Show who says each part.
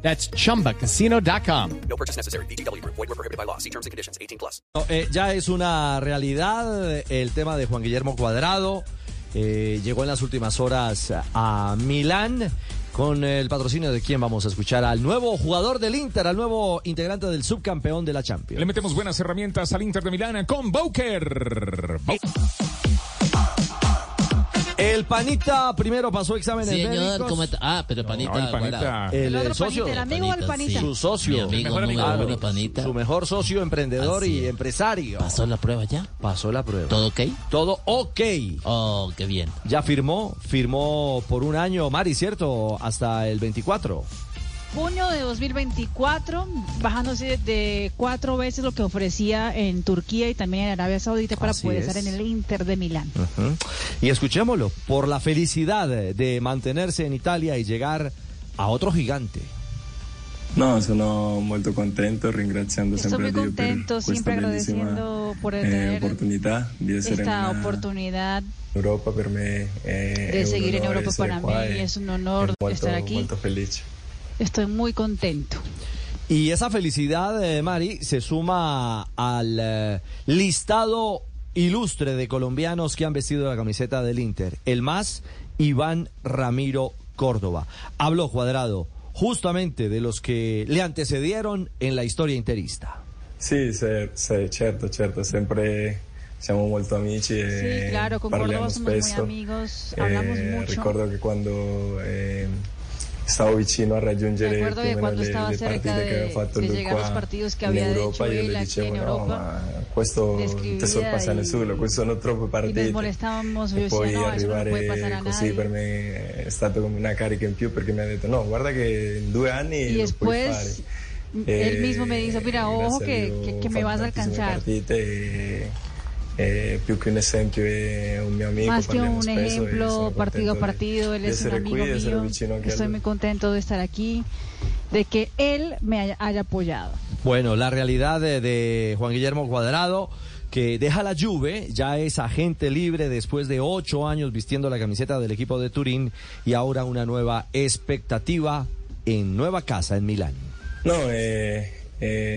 Speaker 1: That's chumbacasino.com.
Speaker 2: No purchase necessary. BGW. Void were prohibited by law. See terms and conditions. 18 plus.
Speaker 3: No, eh, ya es una realidad el tema de Juan Guillermo Cuadrado. eh, llegó en las últimas horas a Milán con el patrocinio de quien vamos a escuchar al nuevo jugador del Inter, al nuevo integrante del subcampeón de la Champions.
Speaker 4: Le metemos buenas herramientas al Inter de Milán con Boker. Bou-
Speaker 3: El panita primero pasó examen
Speaker 5: Señor, ¿cómo está? Ah, pero panita.
Speaker 4: No, el panita.
Speaker 5: guarda.
Speaker 3: El,
Speaker 6: El
Speaker 3: eh,
Speaker 6: otro
Speaker 3: socio,
Speaker 6: panita, el amigo o el panita.
Speaker 3: su socio,
Speaker 5: Mi amigo,
Speaker 4: mejor amigo.
Speaker 5: número uno,
Speaker 3: Claro,
Speaker 5: panita.
Speaker 3: su mejor socio, emprendedor
Speaker 5: Así
Speaker 3: y
Speaker 5: es.
Speaker 3: empresario.
Speaker 5: ¿Pasó la prueba ya?
Speaker 3: Pasó la prueba.
Speaker 5: ¿Todo ok?
Speaker 3: Todo ok.
Speaker 5: Oh, qué bien.
Speaker 3: Ya firmó, firmó por un año, Mari, ¿cierto? Hasta el 24.
Speaker 6: Junio de 2024, bajándose de cuatro veces lo que ofrecía en Turquía y también en Arabia Saudita para
Speaker 3: Así
Speaker 6: poder
Speaker 3: es.
Speaker 6: estar en el Inter de Milán.
Speaker 7: Ah,
Speaker 3: Ujú. Y escuchémoslo, por la felicidad de mantenerse en Italia y llegar a otro gigante.
Speaker 7: No, sono molto contento, ringraziando
Speaker 6: Estoy
Speaker 7: sempre
Speaker 6: muy
Speaker 7: Dio per
Speaker 6: contento,
Speaker 7: questa
Speaker 6: siempre
Speaker 7: bellissima
Speaker 6: agradeciendo por
Speaker 7: eh,
Speaker 6: tener
Speaker 7: opportunità di essere
Speaker 6: esta
Speaker 7: in eh,
Speaker 6: oportunidad
Speaker 7: Europa eh, per me è
Speaker 6: de
Speaker 7: è un
Speaker 6: seguir en
Speaker 7: onore
Speaker 6: Europa
Speaker 7: essere
Speaker 6: para
Speaker 7: qua
Speaker 6: mí
Speaker 7: e
Speaker 6: es un honor
Speaker 7: è molto,
Speaker 6: estar aquí.
Speaker 7: molto felice.
Speaker 6: Estoy muy contento.
Speaker 3: Y esa felicidad, eh, Mari, se suma al eh, listado ilustre de colombianos que han vestido la camiseta del Inter. El más, Iván Ramiro Córdoba. Habló cuadrado justamente de los que le antecedieron en la historia interista.
Speaker 7: Sì, se- se- certo, certo, sempre siamo molto amici e
Speaker 6: Sí, claro, con
Speaker 7: parliamo
Speaker 6: Córdoba somos muy
Speaker 7: spesso.
Speaker 6: amigos, hablamos
Speaker 7: Eh,
Speaker 6: mucho.
Speaker 7: Ricordo che quando eh, stavo vicino a raggiungere
Speaker 6: Me acuerdo
Speaker 7: più o
Speaker 6: che
Speaker 7: meno
Speaker 6: quando
Speaker 7: le,
Speaker 6: stava
Speaker 7: le
Speaker 6: cerca
Speaker 7: partite che
Speaker 6: de-
Speaker 7: aveva fatto
Speaker 6: di
Speaker 7: lui
Speaker 6: llegare
Speaker 7: qua
Speaker 6: ai partiti che
Speaker 7: in
Speaker 6: aveva detto
Speaker 7: Europa, io
Speaker 6: él
Speaker 7: le
Speaker 6: aquí
Speaker 7: dicevo
Speaker 6: in
Speaker 7: no,
Speaker 6: Europa".
Speaker 7: ma questo
Speaker 6: Descrivía
Speaker 7: te sorpassa
Speaker 6: y-
Speaker 7: nessuno, queste sono troppe
Speaker 6: Y nos
Speaker 7: partite.
Speaker 6: molestábamos, yo
Speaker 7: E
Speaker 6: decía,
Speaker 7: poi
Speaker 6: no, eso no le puede pasar
Speaker 7: arrivare
Speaker 6: a
Speaker 7: così per
Speaker 6: nadie.
Speaker 7: me è stato come una carica in più perché mi ha detto no, guarda che in due anni
Speaker 6: Y
Speaker 7: lo puoi
Speaker 6: después
Speaker 7: fare. Eh,
Speaker 6: él mismo me dice, mira,
Speaker 7: gracias
Speaker 6: ojo
Speaker 7: a
Speaker 6: que,
Speaker 7: Dios,
Speaker 6: que- que me vas a
Speaker 7: fantástico
Speaker 6: alcanzar.
Speaker 7: partite, eh, eh, più che un esempio è un mio amico
Speaker 6: Más que
Speaker 7: parliamo
Speaker 6: un
Speaker 7: spesso e sono
Speaker 6: ejemplo, partido a
Speaker 7: contento di-
Speaker 6: partido, él
Speaker 7: di
Speaker 6: es un
Speaker 7: essere qui,
Speaker 6: amigo
Speaker 7: di essere
Speaker 6: mío.
Speaker 7: vicino anche a
Speaker 6: Estoy
Speaker 7: lui.
Speaker 6: muy contento de estar aquí, de que él me haya, haya apoyado.
Speaker 3: Bueno, la realidad de, de Juan Guillermo Cuadrado, que deja la Juve, ya es agente libre después de ocho años vistiendo la camiseta del equipo de Turín y ahora una nueva expectativa en nueva casa en Milán.
Speaker 7: No, eh, eh,